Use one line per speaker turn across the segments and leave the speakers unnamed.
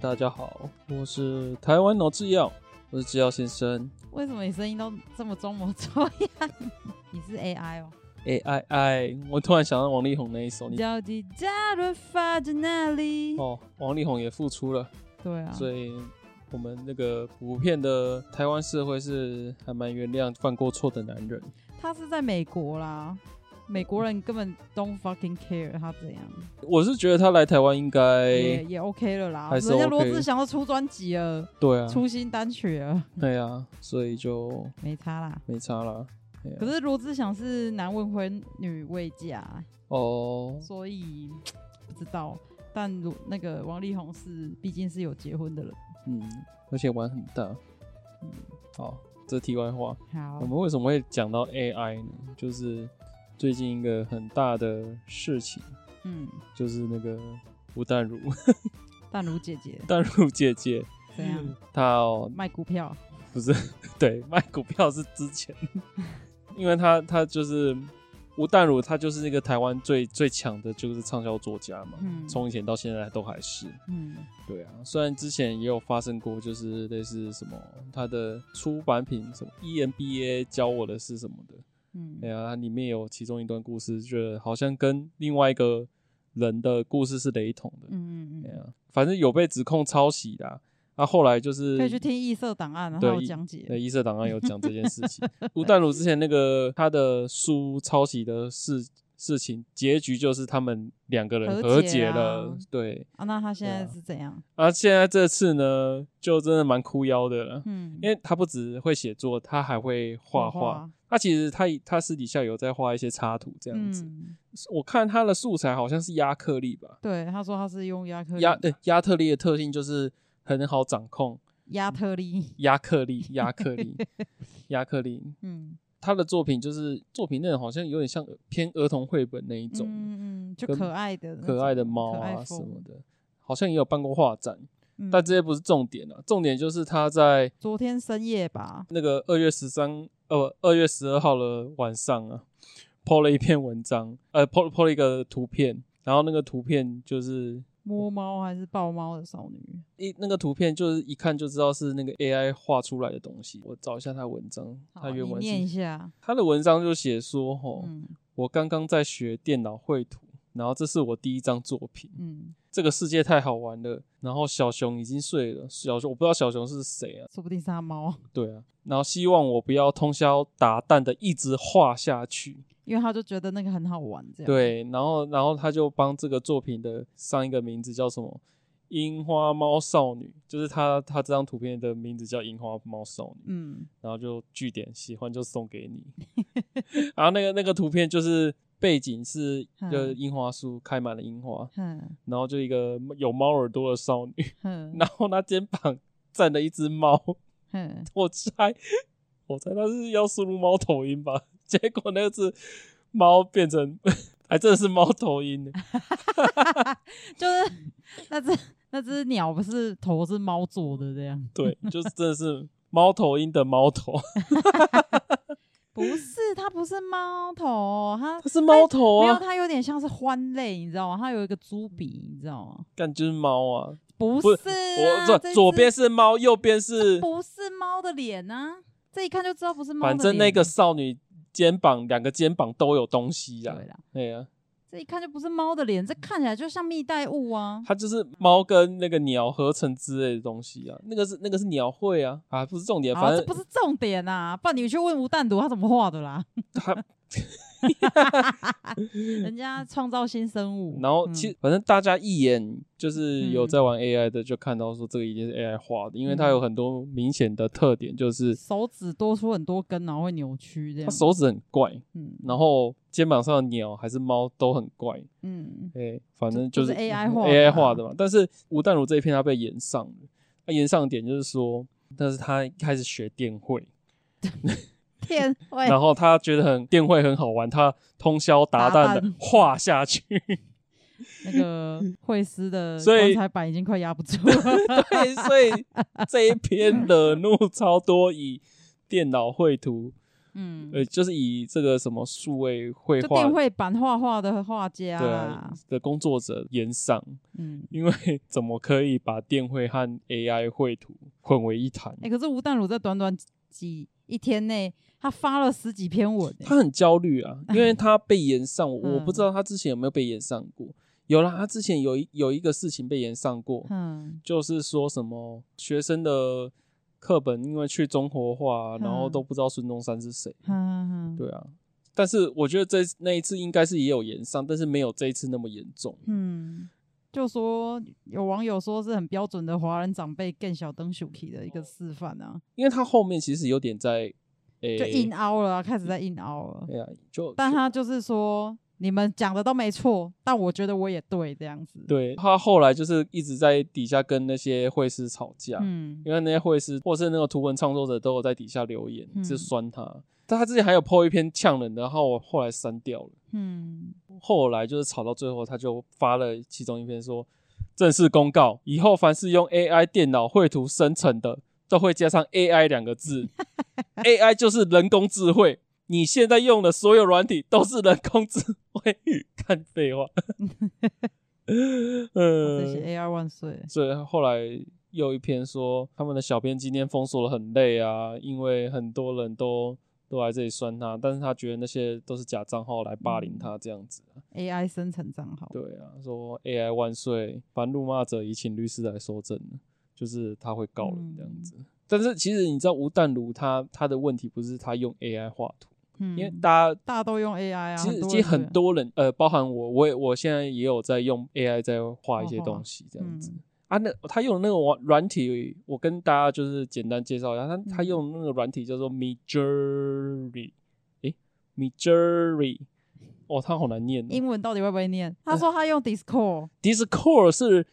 大家好，我是台湾脑制药，我是制药先生
为什么你声音都这么装模作样？ 你是 AI 哦？
，A I I。我哎突然想到王力宏那一哦首，你
到底假如发在哪里？
哦，王力宏也复出了，
对啊，
所以我们那个普遍的台湾社会是还蛮原谅犯过错的男人。
他是在美国啦，美国人根本 don't fucking care 他怎样，
我是觉得他来台湾应该
也也 OK 了啦。
还是
人家
OK
罗志祥都出专辑了，
对啊，
出新单曲了，
对啊，所以就
没差啦。
没差啦。哎呀
可是罗志祥是男未婚女未嫁，
哦，
所以不知道。但如那个王力宏是毕竟是有结婚的人。
嗯，而且玩很大。
嗯，
好，这题外话。
好
我，们为什么会讲到 AI 呢？就是最近一个很大的事情，
嗯，
就是那个吴淡如，
淡如姐姐
淡如姐姐，
怎样？
她哦，
卖股票，
不是对卖股票是之 前，因为她她就是吴淡如，她就是那个台湾最最强的就是畅销作家嘛，
嗯
从以前到现在都还是。
嗯
对啊，虽然之前也有发生过，就是类似什么她的出版品什么 E EMBA 教我的是什么的。
嗯，
哎呀，它里面有其中一段故事，觉得好像跟另外一个人的故事是雷同的。
嗯嗯
哎
嗯，
呀，反正有被指控抄袭啦。那、后来就是
可以去听异色档案，然后
啊对
有
异
讲
那
解。
医社档案有讲这件事 情。吴淡如之前那个他的书抄袭的事事情，结局就是他们两个人
和
和
解
解
啊
了。对，
啊，那他现
对
在
啊
是怎样？
啊，现在这次呢，就真的蛮哭腰的了。
嗯，
因为他不只会写作，他还会画画。，他其实他他私底下有在画一些插图这样子。
嗯，
我看它的素材好像是亚克力吧，
对，他说他是用亚克力
亚对亚克力的特性就是很好掌控，
亚特力，
亚克力亚克 力亚克力，
嗯
他的作品就是作品内容好像有点像偏儿童绘本那一种，
嗯嗯，就
跟
可爱的那
可爱的
种
猫
可爱
啊什
风
么的，好像也有办过画展，
嗯
但这些不是重点啊，重点就是他在
昨天深夜吧，
那个二月十三呃二月十二号的晚上啊，po 了一篇文章，呃 po po 了一个图片，然后那个图片就是
摸猫还是抱猫的少女，
一那个图片就是一看就知道是那个 AI 画出来的东西。我找一下他的文章，他
好
原
哦你
文
念一
是
下，
他的文章就写说：“吼、
嗯
我刚刚在学电脑绘图，然后这是我第一张作品。
嗯，
这个世界太好玩了。然后小熊已经睡了，小熊我不知道小熊是谁啊，
说不定是他猫，
对啊。然后希望我不要通宵达旦的一直画下去。
因为他就觉得那个很好玩，这样，
对，然后然后他就帮这个作品的上一个名字叫什么？樱花猫少女，就是他他这张图片的名字叫樱花猫少女，
嗯，
然后就据点喜欢就送给你。 然后那个那个图片就是背景是就是
嗯
樱花树开满了樱花，
哼
然后就一个有猫耳朵的少女，
哼
然后她肩膀 站了一只猫，
哼，
我猜我猜他是要输入猫头鹰吧，结果那只猫变成 还真的是猫头鹰呢。欸
就是 那只那只鸟不是头是猫做的这样，
对，就是真的是猫头鹰的猫头，
不是它不是猫头，它
它是猫头
没有
啊，
它有点像是獾类，你知道吗？它有一个猪鼻，你知道吗？
干就是猫啊。
不
不
是
我
啊，
左
这只
左边是猫，右边是，
不是猫的脸啊，这一看就知道不是猫的
反
脸。啊
正那个少女肩膀两个肩膀都有东西呀、
对啦，
对呀、
这一看就不是猫的脸，这看起来就像蜜袋鼯啊。
它就是猫跟那个鸟合成之类的东西啊。那个是那个是鸟会啊，啊不是重点，
好，
反
这
正
不是重点啊！不然你去问吴淡如他怎么画的 啦。
它
人家创造新生物，
然后
嗯
其实反正大家一眼就是有
嗯
在玩 AI 的，就看到说这个一定是 AI 画的，因为它
嗯
有很多明显的特点，就是
手指多出很多根，然后会扭曲这
它
样。
手指很怪，
嗯
然后肩膀上的鸟还是猫都很怪，
嗯，
哎、反正
就
就
就是是 AI 画的啊
AI
啦
画的嘛。但是吴淡如这一篇他被延上了，他延上的点就是说，但是他开始学电绘，
天会
然后他觉得很电绘很好玩，他通宵达旦
达
的
旦
画下去，
那个会师的
所以
棺材板已经快压不住 了。
对，所以这一篇惹怒超多以电脑绘图
嗯，
呃，就是以这个什么数位绘
就
画
电绘版画画的画家
对
啦
啊，的工作者延上，
嗯，
因为 怎么可以把电绘和 AI 绘图混为一谈？
哎、可是吴淡如在短短几一天内，他发了十几篇文、欸，
他很焦虑啊，因为他被延上，我我不
嗯
知道他之前有没有被延上过。有啦，他之前有一有一个事情被延上过，
嗯，
就是说什么学生的课本因为去中国化，然后
嗯
都不知道孙中山是谁。
嗯，
对啊，但是我觉得这那一次应该是也有延上，但是没有这一次那么严重。
嗯，就说有网友说是很标准的华人长辈更小灯 s h k 的一个示范啊，
因为他后面其实有点在，诶、
就硬凹了、啊，开始在硬凹了。
哎呀，就
但
就
他就是说，你们讲的都没错，但我觉得我也对这样子。，
对他后来就是一直在底下跟那些会师吵架，
嗯
因为那些会师或是那个图文创作者都有在底下留言，
嗯
就酸他。但他之前还有 po 一篇呛人的，然后我后来删掉了。
嗯，
后来就是吵到最后，他就发了其中一篇说：“正式公告，以后凡是用 AI 电脑绘图生成的，都会加上 AI 两个字。AI 就是人工智慧，你现在用的所有软体都是人工智慧。” 看废话。
这
呃，
些 AR 万岁。
所以后来又一篇说，他们的小编今天封锁了很累啊，因为很多人都都来这里酸他，但是他觉得那些都是假账号来霸凌他这样子。
AI 生成账号，
对啊，说 AI 万岁，凡辱骂者已请律师来收证了，就是他会告人这样子。
嗯
但是其实你知道吴淡如他他的问题不是他用 AI 画图，
嗯，
因为大家
大家都用 AI 啊，
其实
多
其实
人
很
对
多人呃，包含我，我也我现在也有在用 AI 在画一些
画画
东西这样子。
嗯
啊，那他用那个软软体，我跟大家就是简单介绍一下，他他
嗯
用那个软体叫做 Midjourney，诶 Midjourney，哦，他好难念、哦，
英文到底会不会念？
呃
他说他用 Discord，
Discord 是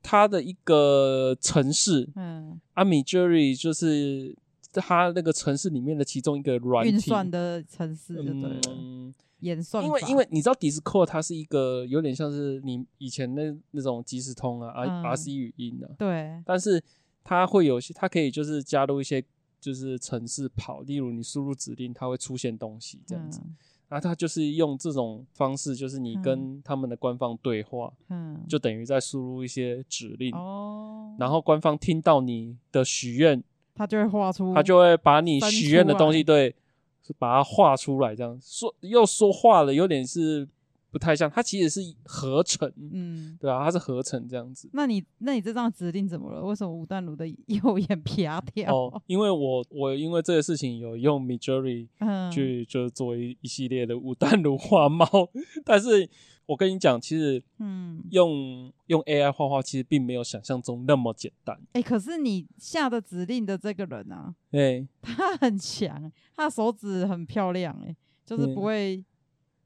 它的一个城市，
嗯，
阿米 Jerry 就是它那个城市里面的其中一个软体。
运算的城市就对了，
嗯，
演算
因为
法
因为你知道 Discord 它是一个有点像是你以前那那种即时通啊、
嗯
R R C 语音啊，
对，
但是它会有些，它可以就是加入一些就是城市跑，例如你输入指令，它会出现东西这样子。
嗯
然后它就是用这种方式，就是你
嗯
跟他们的官方对话，
嗯，
就等于在输入一些指令。
哦，
然后官方听到你的许愿，
他就会画出，
他就会把你
分
许
嗯出
愿的东西，
来
对，是把它画出来，这样说又说话了，有点是不太像，它其实是合成，
嗯。
对啊，它是合成这样 子。
那你那你这张指令怎么了？为什么吴淡如的右眼撇掉？
哦，因为我我因为这个事情有用 Midjourney
嗯，
去就是做一一系列的五弹如画猫， 但是我跟你讲，其实
嗯，
用用 AI 画画其实并没有想象中那么简单，
哎、可是你下的指令的这个人啊，
哎、
他 很强，欸他手指很漂亮、欸，就是
嗯
不会、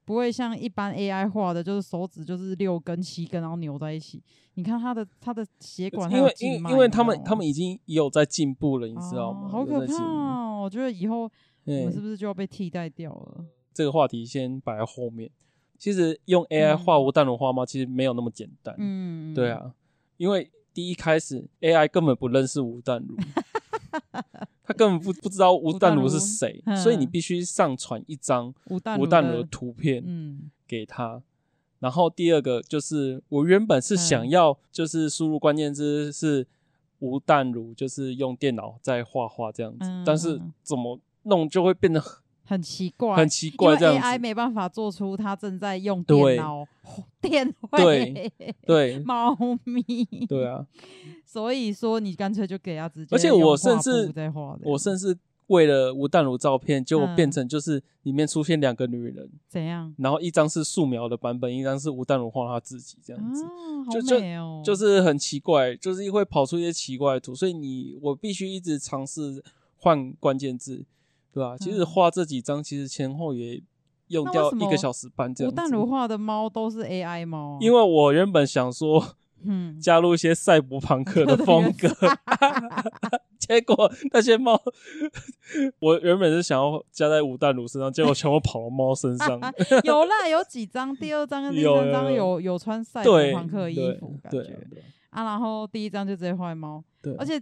不会像一般 AI 画的，就是手指就是六根七根，然后扭在一起。你看他的他的血管还
呃因
有
为
静
因
脉，
因为
你知
他们
道
他
吗
们已经也有在进步了，你
哦
知道吗？
好
有
可
在进
怕
步
哦！我觉得以后我们
嗯
是不是就要被替代掉了？
这个话题先摆在后面。其实用 AI 画
嗯
无淡如画猫，其实没有那么简单。
嗯，
对，啊，因为第一开始 AI 根本不认识吴淡如，他根本不不知道吴
吴
淡
淡
如是
如
谁，
嗯
所以你必须上传一张
吴淡
吴
如
淡如的
的
图片
嗯
给他。然后第二个就是，我原本是想
嗯
要就是输入关键字是吴淡如，就是用电脑在画画这样子，但是
嗯
怎么弄就会变得很
很奇怪，
很奇
因
怪
为
这
AI
样子。
没办法做出他正在用
对
电脑哦 电绘
对
猫咪，
对啊，
所以说你干脆就给他直接，
而且我甚至
在画的，
我甚至为了吴淡如照片，结果
嗯
变成就是里面出现两个女人，
怎样
然后一张是素描的版本，一张是吴淡如画她自己这样子。
啊，
就
好美哦，
就是很奇怪，就是会跑出一些奇怪的图，所以你我必须一直尝试换关键字，对吧、其实
嗯
画这几张，其实前后也用
那为
掉
什
一个
么
小时半这
吴
样
淡
子。
如画的猫都是 AI 猫啊，
因
为
为我原本想说
嗯，
加入一些赛博朋克的风格， 结果那些猫，我原本是想要加在吴淡如身上，结果全部跑到猫身 上。
有啦，有几张，第二张跟第
有
三
有
张
有
有有穿赛博
对，
朋克的衣
对
服，感
对啊
觉
对啊
啊，然后第一张就直接画猫，
对啊，，
而且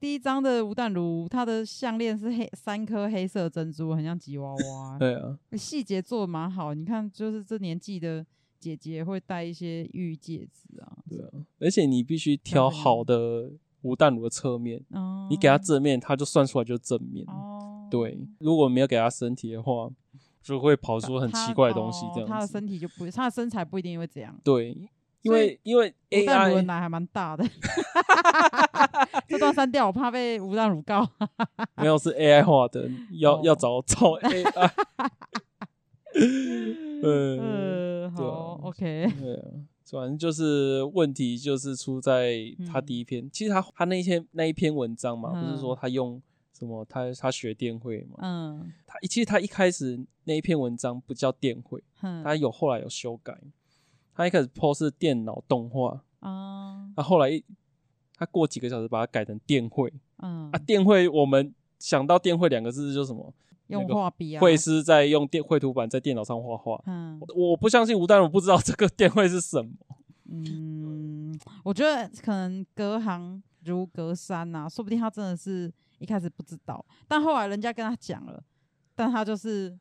第一张的吴淡如，她的项链是黑三颗黑色珍珠，很像吉娃 娃
对啊，
细节做的蛮好。你看，就是这年纪的姐姐会戴一些玉戒指啊，
对啊，而且你必须挑
对
好的吴淡如的侧面，
哦，
你给他正面，他就算出来就是正面。
哦，
嗯对，如果没有给他身体的话，就会跑出很
她
奇怪的东西
哦
这样子。
她的身体就不，她的身材不一定会这样。
对，因
所以
为因为
吴淡如的
AI
奶还蛮 大的，这段删掉，我怕被吴淡如告。
没有是 AI 画的，要、要
哦
找找 AI。呃，对啊
呃，好，OK，
对啊，反正就是问题就是出在他
嗯
第一篇，其实他他那一篇那一篇文章嘛，不是说
嗯
他用什么他他学电绘嘛，
嗯，
他其实他一开始那一篇文章不叫电绘，
哼
他有后来有修改，他一开始 PO 是电脑动画，
啊，
他后来一他过几个小时把它改成电绘
嗯
啊，，电绘我们想到电绘两个字就是什么？
用
个
画笔啊，
绘师在用电绘图板在电脑上画画。
嗯
我我不相信吴丹，我不知道这个电绘是什么。
嗯，我觉得可能隔行如隔山呐、说不定他真的是一开始不知道，但后来人家跟他讲了，但他就是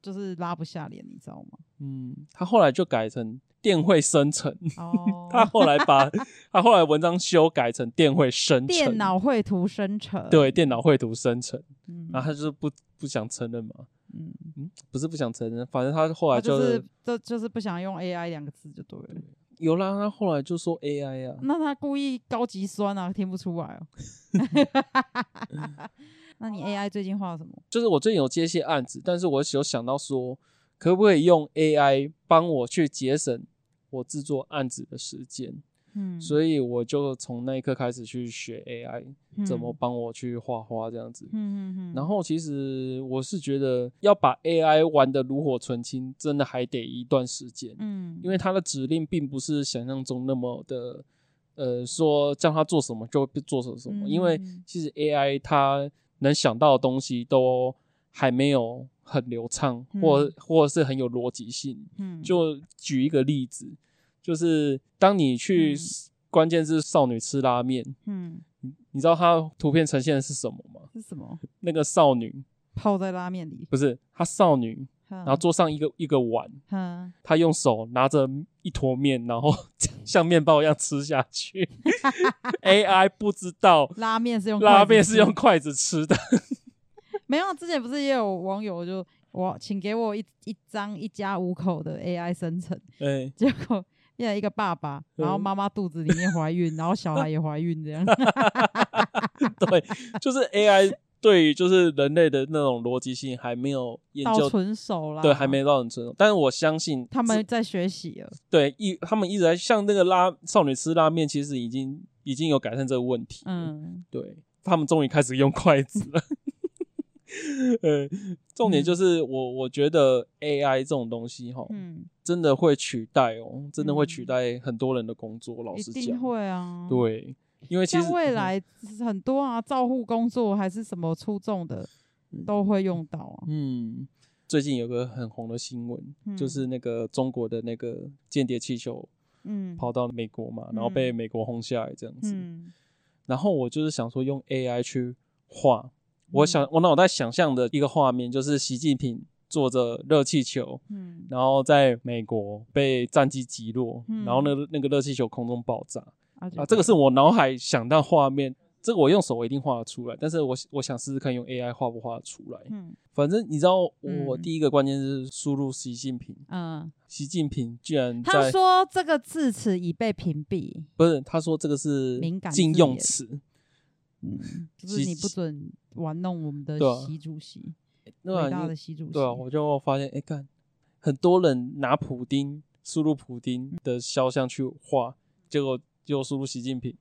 就是拉不下脸，你知道吗？
嗯，他后来就改成电绘生成，
哦
，他后来把他后来文章修改成电绘生成，
电脑绘图生成，，
对电脑绘图生成，
嗯
然后他就是不不想承认嘛，
嗯，
不是不想承认，反正他后来
他就
就是啊
这就是不想用 AI 两个字就对了。
有啦，他后来就说 AI 啊，
那他故意高级酸啊，听不出 来哦。那你 AI 最近画什么？
就是我最近有接一些案子，但是我有想到说，可不可以用 AI 帮我去节省我制作案子的时间，
嗯，
所以我就从那一刻开始去学 AI
以
怎么帮我去画画这样子。
嗯嗯嗯嗯，
然后其实我是觉得要把 AI 玩的炉火纯青，真的还得一段时间，
嗯，
因为它的指令并不是想象中那么的，呃，说叫它做什么就会做什么。因为
嗯
其实 AI 它能想到的东西都还没有很流畅，或
嗯
或者是很有逻辑性。
嗯
就举一个例子，就是当你去
嗯
关键是少女吃拉面，
嗯
你知道它图片呈现的是什么吗？
是什么？
那个少女。
泡在拉面里，
不是，她少女，
然
然后桌上一个一个碗，
嗯，
她用手拿着一坨面，然后 像面包一样吃下去。AI 不知道
拉面是用筷
拉
子
面是
吃
用筷子吃的，
没有？啊之前不是也有网友就我请给我一一张一家五口的 AI 生成，
哎，
结果变成一个爸爸，然后
嗯
妈妈肚子里面怀孕，然后小孩也怀孕 这样。
对，就是 AI 对于就是人类的那种逻辑性还没有研
到
究，
纯熟啦，
对，还没到很纯熟。但是我相信
他
是
们在学习了，
对一他们一直在像那个拉少女吃拉面，其实已经已经有改善这个问题。，
嗯
对他们终于开始用筷子了。 呃，重点就是我我觉得 AI 这种东西哈，
嗯，
真的会取代哦，真的会取
嗯
代很多人的工作。老
一
实
定
讲，
会啊，。
对，因为其
像
实嗯
未来很多啊，照护工作还是什么出众的，都会用到啊。
嗯，最近有个很红的新闻，就
嗯
是那个中国的那个间谍气球
嗯，
跑到美国嘛，然后被
嗯
美国轰下来这样子。
嗯，
然后我就是想说用 AI 去画，我
嗯
想我脑袋想象的一个画面就是习近平坐着热气球，
嗯
然后在美国被战机击落，
嗯
然后那个那个热气球空中爆炸啊，
啊
这个是我脑海想到画面。这个我用手我一定画得出来，但是我我想试试看用 AI 画不画得出来。
嗯
反正你知道，我
嗯
第一个关键是输入习近平，
嗯，
习近平居然
他
在
说这个字词已被屏蔽，
不是他说这个是
敏感
禁
字
用
眼
词，
嗯，就
习
是你不准玩弄我们的
对啊
习主席，
对啊
伟大
你
的习主席。
对啊，我就发现，哎、看很多人拿普丁输入普丁的肖像去画，结果就输入习近平，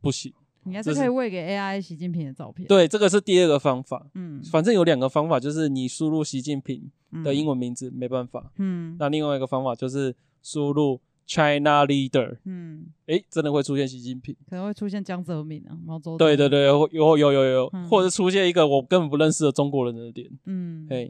不行。
你还
这
是
是
可以喂给 AI 习近平的照片。，
对，这个是第二个方法。
嗯，
反正有两个方法，就是你输入习近平的英
文，
文名字、没办法，
嗯
那另外一个方法就是输入 China Leader，
嗯，
哎、真的会出现习近平。
可能会出现江泽民啊，毛泽东。
对对，对，有有有有有，
嗯
或者出现一个我根本不认识的中国人的脸，
嗯，
哎、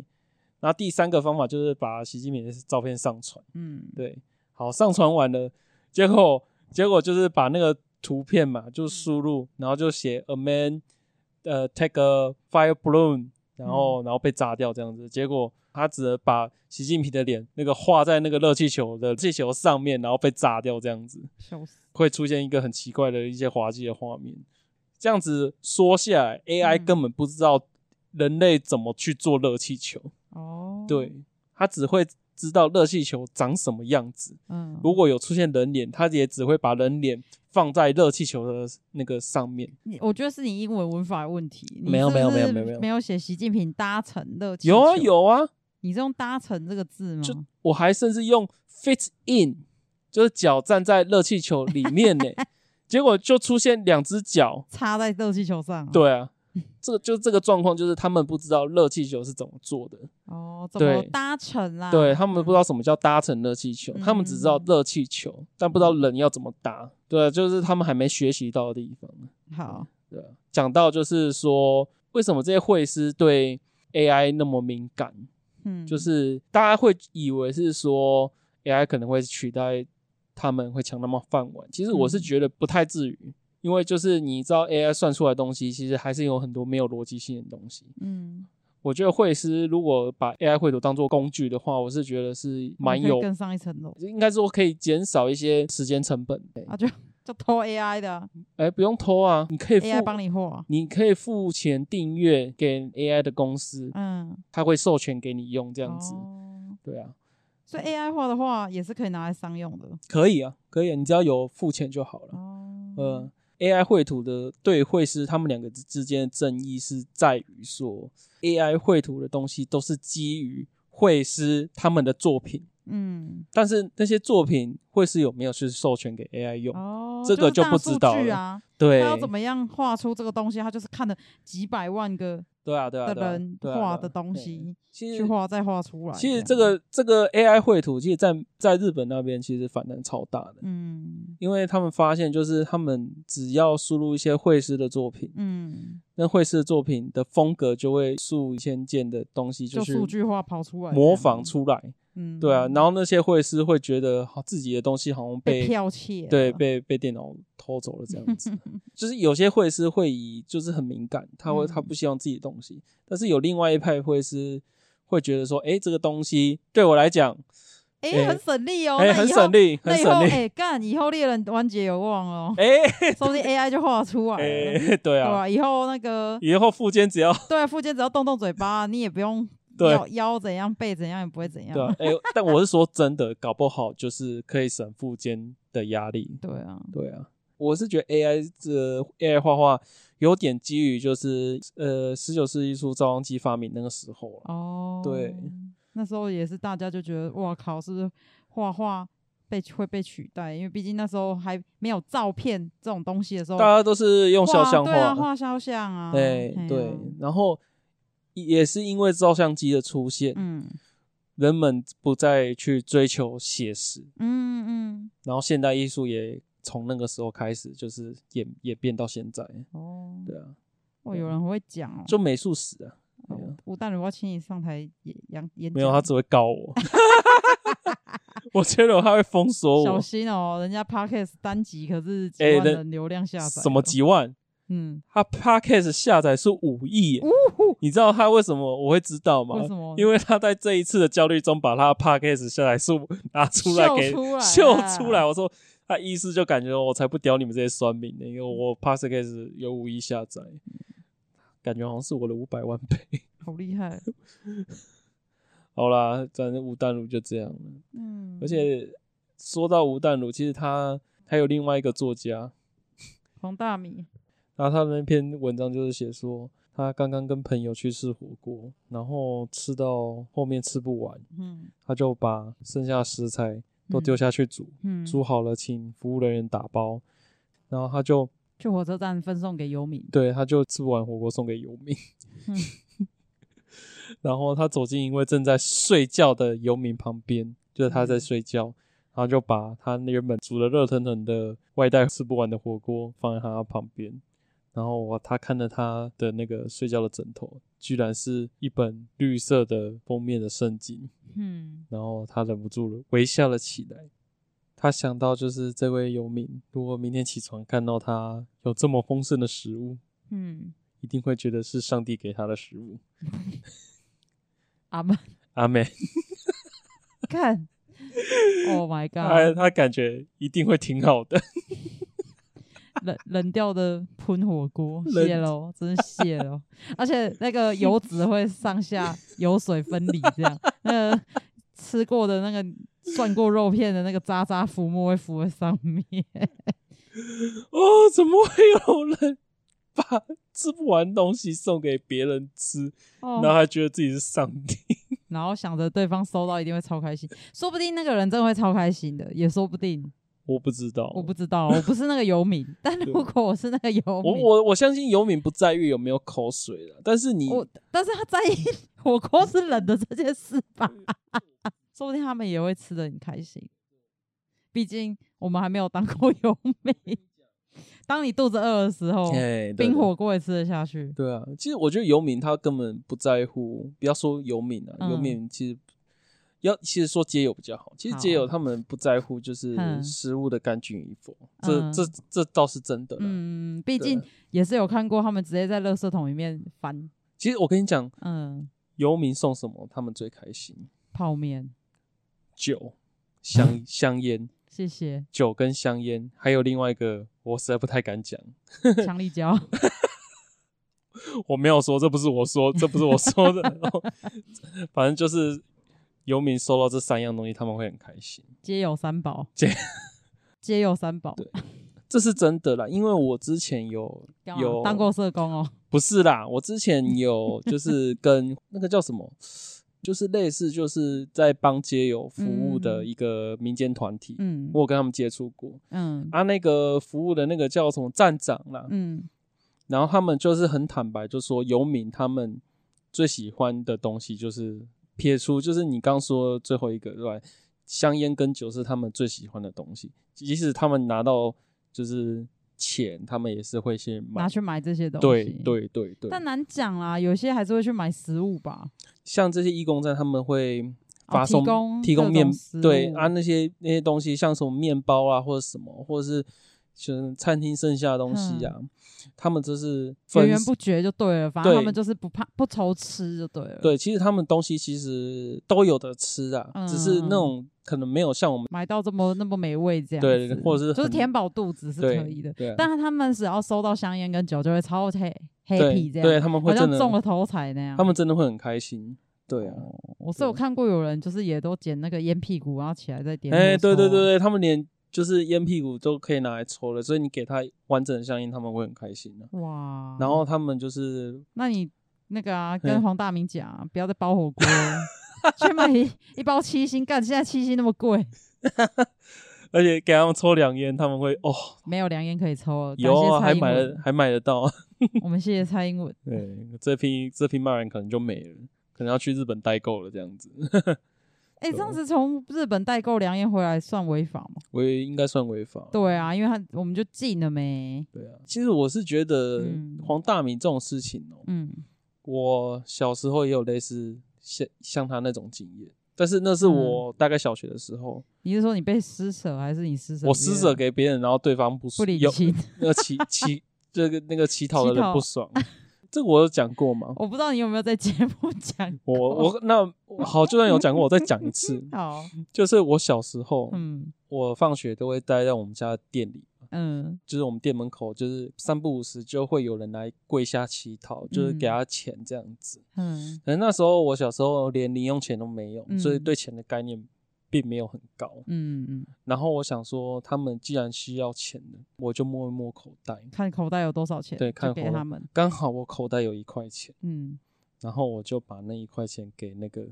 那第三个方法就是把习近平的照片上传。
嗯，
对，好，上传完了，结果结果就是把那个图片嘛，
嗯
就输入，然后就写 a man，呃，take a fire balloon，然
嗯
后、然后被炸掉这样子。结果他只能把习近平的脸那个画在那个热气球的气球上面，然后被炸掉这样子，
笑死。
会出现一个很奇怪的一些滑稽的画面。这样子说下来，AI
嗯
根本不知道人类怎么去做热气球，
哦，
对，他只会知道热气球长什么样子。
嗯，
如果有出现人脸，他也只会把人脸放在热气球的那个上面。
你我觉得是你英文文法的问题，你
没有
是
没有
不
没有
是
没有没有
没有写习近平搭乘热气
有啊
球，
有啊，
你是用搭乘这个字吗？
就我还甚至用 fit in，就是脚站在热气球里面呢、 结果就出现两只脚。
插在热气球上、，
对啊，这个就这个状况就是他们不知道热气球是怎么做的，
哦，怎么
对
搭乘啦？
对他们不知
道，
道什么叫搭乘热气球，他们只知道
啊嗯
热气球，但不知道人要怎么搭。对啊、就是他们还没学习到的地方。
嗯好，
对啊，讲到就是说，为什么这些会师对 AI 那么敏感？
嗯，
就是大家会以为是说 AI 可能会取代他们，会抢他们饭碗。其实我是
嗯
觉得不太至于，因为就是你知道 AI 算出来的东西，其实还是有很多没有逻辑性的东西。
嗯，
我觉得会师如果把 AI 绘图当做工具的话，我是觉得是
我们
蛮
可以
有，
更上一层楼
应该说可以减少一些时间成本。哎、
啊，就就偷 AI 的啊
不用偷啊，你可以付
，AI 帮你画，
你可以付钱订阅给 AI 的公司，
嗯，
它会授权给你用这
这
样子。
哦、
对啊，
所以 AI 画的话也是可以拿来商用的
可以啊，可以、啊，你只要有付钱就好了。
哦，
嗯、a i 绘图的对绘师他们两个之之间的争议是在于说，AI 绘图的东西都是基于绘师他们的作品，
嗯，
但是那些作品绘师有没有去授权给 AI 用？
哦，
这个
是
就
大
不知
数
道
据
了
啊，
对，
他要怎么样画出这个东西？他就是看了几百万个
对啊，对啊，
的
对啊
人
对啊对
画
啊
的东
对
西
其
去
实
画，再画出来。
其实
样
这个这个 AI 绘图，其实在在日本那边其实反弹超大的，
嗯
因为他们发现就是他们只要输入一些绘师的作品，
嗯，
那绘师的作品的风格就会数以千件的东西
就是数据化跑出来，
模仿，出来，
嗯，
对啊，然后那些绘师会觉得好自己的东西好像
被
被
剽窃，
对，被被电脑偷走了这样 子，就是有些绘师会以就是很敏感，他会他
嗯
不希望自己的东西，但是有另外一派绘师会觉得说，哎、这个东西对我来讲，
哎，
哎
很省力哦，
哎、
那
很
以后
省。力，很
那以
省
后，
力，
哎，干！以后猎人完结有望哦，
哎、
说不定 AI 就画出来了，
哎，对
对
啊，
吧？以后那个
以后附件只要
对啊，附件只要动动嘴巴，你也不用
对
腰腰怎样，背怎样也不会怎样
对。啊，哎、但我是说真的，搞不好就是可以省附件的压力。
对啊，
对啊，我是觉得 AI 这 AI 画画有点基于就是呃十九世纪初照相机发明那个时候啊，
哦，
对，
那时候也是大家就觉得，哇靠，是不是画画被会被取代？因为毕竟那时候还没有照片这种东西的时候，
大家都是用肖像画，
画哦对啊，画肖像啊，
哎、
嘿啊
对，然后也是因为照相机的出现，
嗯
人们不再去追求写实，
嗯嗯，
然后现代艺术也从那个时候开始，就是演演变到现在。
哦，
对啊，
哦，有人会讲哦，
就美术史啊，
哦
对啊
吴淡如要请你上台演演演
没有他
讲
只会告 我，我觉得他会封锁
小
我，
心哦，人家 podcast 单集可是几
哎
万
人
人流量下载，哦
什么？几万，
嗯，
他 podcast 下载是五亿耶，你知道他为什么我会知道吗？
为什么
因为他在这一次的焦虑中，把他的 podcast 下载数拿出来给
秀出来
秀
啊
出来。我说他意思就感觉我才不屌你们这些酸民呢，因为我 podcast 有五亿下载，感觉好像是我的五百万倍。
好厉害，
好啦，反正吴淡如就这样了。
嗯，
而且说到吴淡如，其实他还有另外一个作家，
黄大米，
然后他那篇文章就是写说，他刚刚跟朋友去吃火锅，然后吃到后面吃不完，
嗯
他就把剩下的食材都丢下去煮，
嗯，
煮好了请服务人员打包，然后他就
去火车站分送给游民，
对他就吃不完火锅送给游民
嗯。
然后他走进一位正在睡觉的游民旁边，就是他
嗯
在睡觉，然后就把他原本煮的热腾腾的外带吃不完的火锅放在他旁边，然后我他看着他的那个睡觉的枕头，居然是一本绿色的封面的圣经，
嗯，
然后他忍不住了微笑了起来。他想到就是这位游民，如果明天起床看到他有这么丰盛的食物，
嗯，
一定会觉得是上帝给他的食物。
阿 曼
阿妹，
看，Oh my
他
god，
他感觉一定会挺好的。
冷冷掉的喷火锅，
冷
谢喽，真是谢 喽，而且那个油脂会上下油水分离，这样那个吃过的那个涮过肉片的那个渣渣浮沫会浮在上面，
哦，怎么会有人把吃不完东西送给别人吃，
哦
然后还觉得自己是上帝？
然后想着对方收到一定会超开心，说不定那个人真的会超开心的，也说不定。
我不知道，
我不知道，我不是那个游民，但如果我是那个游
我
民，
我我相信游民不在意有没有口水了，但是你
我哦但是他在意 火锅是冷的这件事吧，说不定他们也会吃的很开心。毕竟我们还没有当过游民，当你肚子饿的时候，
哎，对
冰火锅也吃得下去。
对啊，其实我觉得游民他根本不在乎，不要说游民啊，
嗯
游民其实要其实说街友比较好。其实街友
好
他们不在乎就是
嗯
食物的干净与否，这
嗯
这这倒是真的啦。
嗯，毕
对啊
竟也是有看过他们直接在垃圾桶里面翻，
其实我跟你讲，
嗯，
游民送什么他们最开心？
泡面，
酒、 香香烟、
谢谢，
酒跟香烟，还有另外一个我实在不太敢讲，
强力胶，
我没有说，这不是我说，这不是我说的。然后 反正就是游民收到这三样东西，他们会很开心。
皆有三宝，
皆
皆有三宝，
这是真的啦，因为我之前有
干嘛
有
啊当过社工哦，
不是啦，我之 前有就是跟那个叫什么，就是类似就是在帮街友服务的
嗯
一个民间团体，
嗯
我有跟他们接触过
嗯
啊。那个服务的那个叫什么站长啦，
嗯
然后他们就是很坦白，就说游民他们最喜欢的东西就是撇除就是你刚说的最后一个之外，香烟跟酒是他们最喜欢的东西。即使他们拿到就是钱，他们也是会去买
拿。去买这些东
对
西，，
对对对，
但难讲啦，有些还是会去买食物吧，
像这些义工站，他们会发
哦提
送、
供
提供
各
面
种食
对
物
啊那些那些东西，像什么面包啊，或者什么，或者是就是餐厅剩下的东西啊，他们就是
嗯源
分
源不绝就对了，反正
对
他们就是不怕不愁吃就对了，，
对，其实他们东西其实都有的吃啊，
嗯
只是那种可能没有像我们
买到这么那么美味这样子，
对或者是
就是
很
填饱肚子是
对
可以的，
对啊
但他们只要收到香烟跟酒就会超 happy
对
happy 这
对啊
样，
他们会
好像
真的
中了头彩那样
他。们真的会很开心，对啊，
哦我是有看过有人就是也都捡那个烟屁股，然后起来再点。
哎、对对对，对，他们连就是烟屁股都可以拿来抽了，所以你给他完整的香烟，他们会很开心的、啊
哇！
然后他们就是
那你那个啊，
嘿
跟黄大明讲啊、不要再包火锅了，去买一一包七星，干现在七星那么贵，
而且给他们抽两烟，他们会哦，
没有良烟可以抽了。感
有
谢
啊，
蔡
还
英
买
文
了，还买得 到。啊
我们谢谢蔡英文。
对，这批这批骂人可能就没了，可能要去日本代购了这样子。
哎、这样子从日本代购良烟回来算违法吗？
我也应该算违法。
对啊，因为他我们就禁了没。
对啊，其实我是觉得
嗯
黄大米这种事情哦、
嗯，
我小时候也有类似像像他那种经验，但是那是
嗯
我大概小学的时候，
你是说你被施舍，还是你施舍？
我施舍给别人，然后对方不
不
爽，
领
有
情。
那个 乞乞这个那个乞讨的
乞
人
讨
不爽，这个我有讲过 吗？
我不知道你有没有在节目讲过。
我我那我好，就算有讲过，我再讲一次。
哦 好，
就是我小时候，
嗯
我放学都会待在我们家的店里，
嗯
就是我们店门口，就是三不五时就会有人来跪下乞讨，就是给
嗯
他钱这样子。
嗯
可能那时候我小时候连零用钱都没有，
嗯
所以对钱的概念并没有很高。
嗯嗯，
然后我想说，他们既然需要钱的，我就摸一摸口袋，
看口袋有多少钱，
对看
就给
口袋
他们。
刚好我口袋有一块钱，
嗯，
然后我就把那一块钱给那个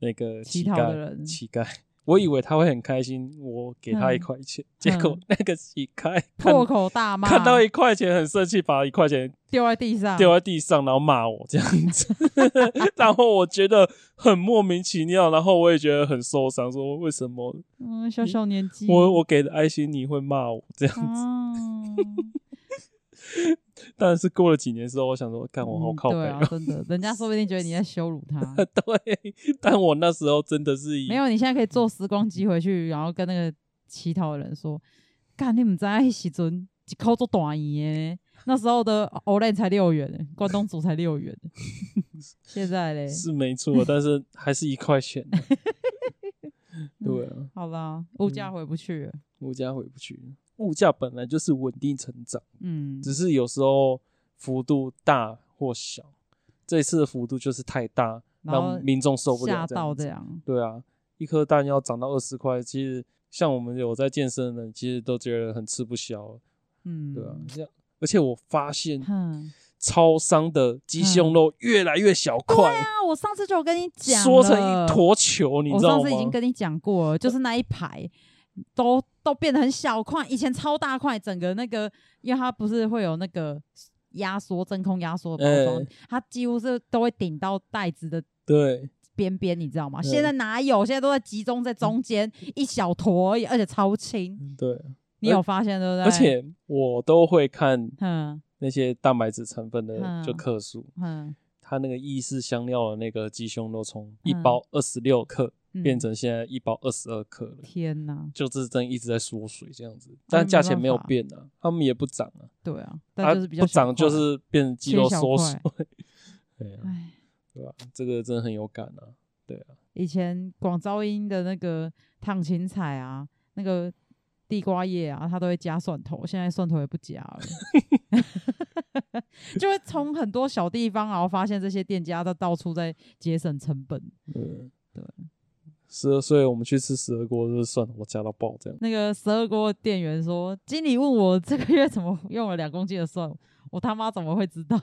那个
乞
乞
讨
丐
的人
乞丐。我以为他会很开心，我给他一
嗯
块钱，结果
嗯
那个乞丐看
破口大骂，
看到一块钱很生气，把一块钱
丢在地上，
掉在地上，然后骂我这样子， 然后我觉得很莫名其妙，然后我也觉得很受伤，说为什么
嗯，小小年纪，
我我给的爱心你会骂我这样子？
啊，
但是过了几年之后，我想说，看我好
嗯
靠
对
背
啊，
哦，
真的，人家说不定觉得你在羞辱他。
对，但我那时候真的是以
没有，你现在可以坐时光机回去，然后跟那个乞讨的人说：“干，你们在那时阵一口做大圆的，那时候的 Olay 才六元欸，关东煮才六元欸， 现在嘞，
是没错，但是还是一块钱 啊。对啊，
好啦，物价回不去了，
物价回不去，物价本来就是稳定成长，
嗯，
只是有时候幅度大或小。这次的幅度就是太大，
然后
让民众受不了
吓
这样
到
子。
这样，
对啊，一颗蛋要涨到二十块，其实像我们有在健身的人，其实都觉得很吃不消了，
嗯，
对啊，像而且我发现
哼，嗯
超商的鸡胸肉越来越小块，
啊，我上次就有跟你讲，
缩成一。坨球，你
我
知道
上
吗？
次已经跟你讲过了，就是那一排都都变得很小块，以前超大块，整个那个，因为它不是会有那个压缩真空压缩的包装，
哎
它几乎是都会顶到袋子的
对
边边，你知道吗？
对
现在哪有？现在都在集中在中间、一小坨而已，而且超轻，
对，
你有发现对不对？
嗯而，且我都会看
嗯
那些蛋白质成分的
嗯
就克数，
嗯，
它那个意式香料的那个鸡胸肉从
嗯
一包二十六克
嗯
变成现在一包二十二克了。
天哪，
就是真一直在缩水这样
啊
子，但价钱没有变啊，他们也不涨啊，
对啊，
啊
但就是比较
不
小
涨就
块，
是变成肌肉缩水
切，
对啊，
唉。
对吧？这个真的很有感啊，
以前广招音的那个烫芹菜啊，那个地瓜叶啊，它都会加蒜头，现在蒜头也不加了， 就会从很多小地方，然后发现这些店家都到处在节省成本。
嗯，
对。
十二岁我们去吃十二锅，就是算了，我加到爆 这样，
那个十二锅的店员说，经理问我这个月怎么用了两公斤的蒜，我他妈怎么会知道？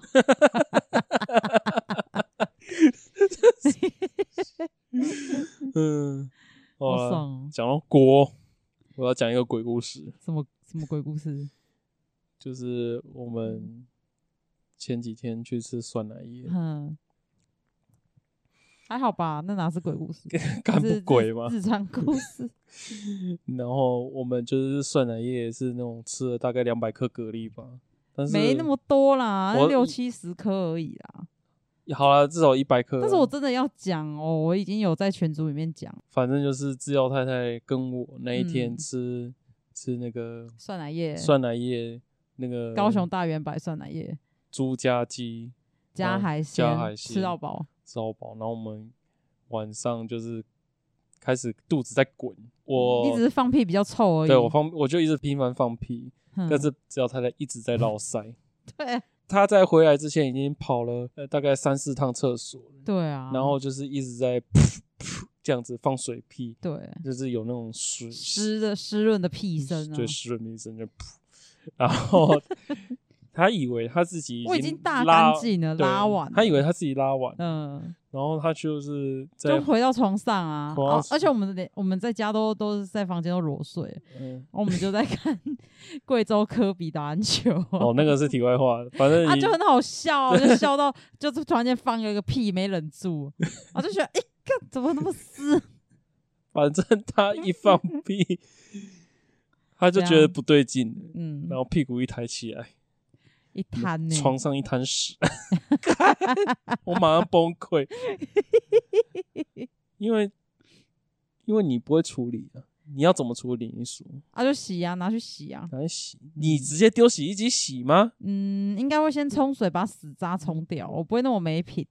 嗯，好
好
啦
爽哦！
讲到锅，我要讲一个鬼故事，
什么什么鬼故事？
就是我们前几天去吃酸奶 叶，
嗯，还好吧，那哪是鬼 故事？
干
是
不
日
鬼吗？
日常故事。
然后我们就是酸奶叶是那种吃了大概两百克蛤蜊吧，但是
没那么多啦，
我
六七十颗而已啦。
好了，至少一百克啊。
但是我真的要讲哦，我已经有在群组里面讲
反正就是制药太太跟我那一天
嗯
吃、吃那个
酸奶叶，
酸奶叶，那个
高雄大圆白酸奶叶
猪夹鸡
加
嗯
海鲜，
加海鲜
吃到饱。
烧饱，然后我们晚上就是开始肚子在滚，我
你只是放屁比较臭而已。
对我放我就一直频繁放屁，
哼
但是制药太太一直在绕塞。
对
她在回来之前已经跑了呃大概三四趟厕所了，
对啊，
然后就是一直在噗噗这样子放水屁，
对
就是有那种水
湿的湿润的屁声啊
对，，湿润的一声就噗，然后 他以为他自己
我已经
经
大
拉
干净了，
对
拉完了。
他以为他自己拉完，
嗯，
然后他就是在
就回到床上啊，
床
哦
上
而且我们的我们在家都都是在房间都裸睡，
嗯
然后我们就在看 贵州科比打篮球。
哦，那个是题外话，反正
啊，
你
就很好笑啊、我就笑到就是突然间放了个屁没忍住，我就觉得哎，看、怎么那么湿？
反正 他一放屁，他就
怎
觉得
样
不对劲，
嗯
然，后屁股一抬起来，
一滩呢、
床上一滩 屎，我马上崩溃，因为因为你不会处理啊，你要怎么处理？你说
啊，就洗啊，拿去洗啊。
拿来洗，你直接丢洗衣机洗吗？
嗯，应该会先冲水把屎渣冲掉，我不会那么 没品，。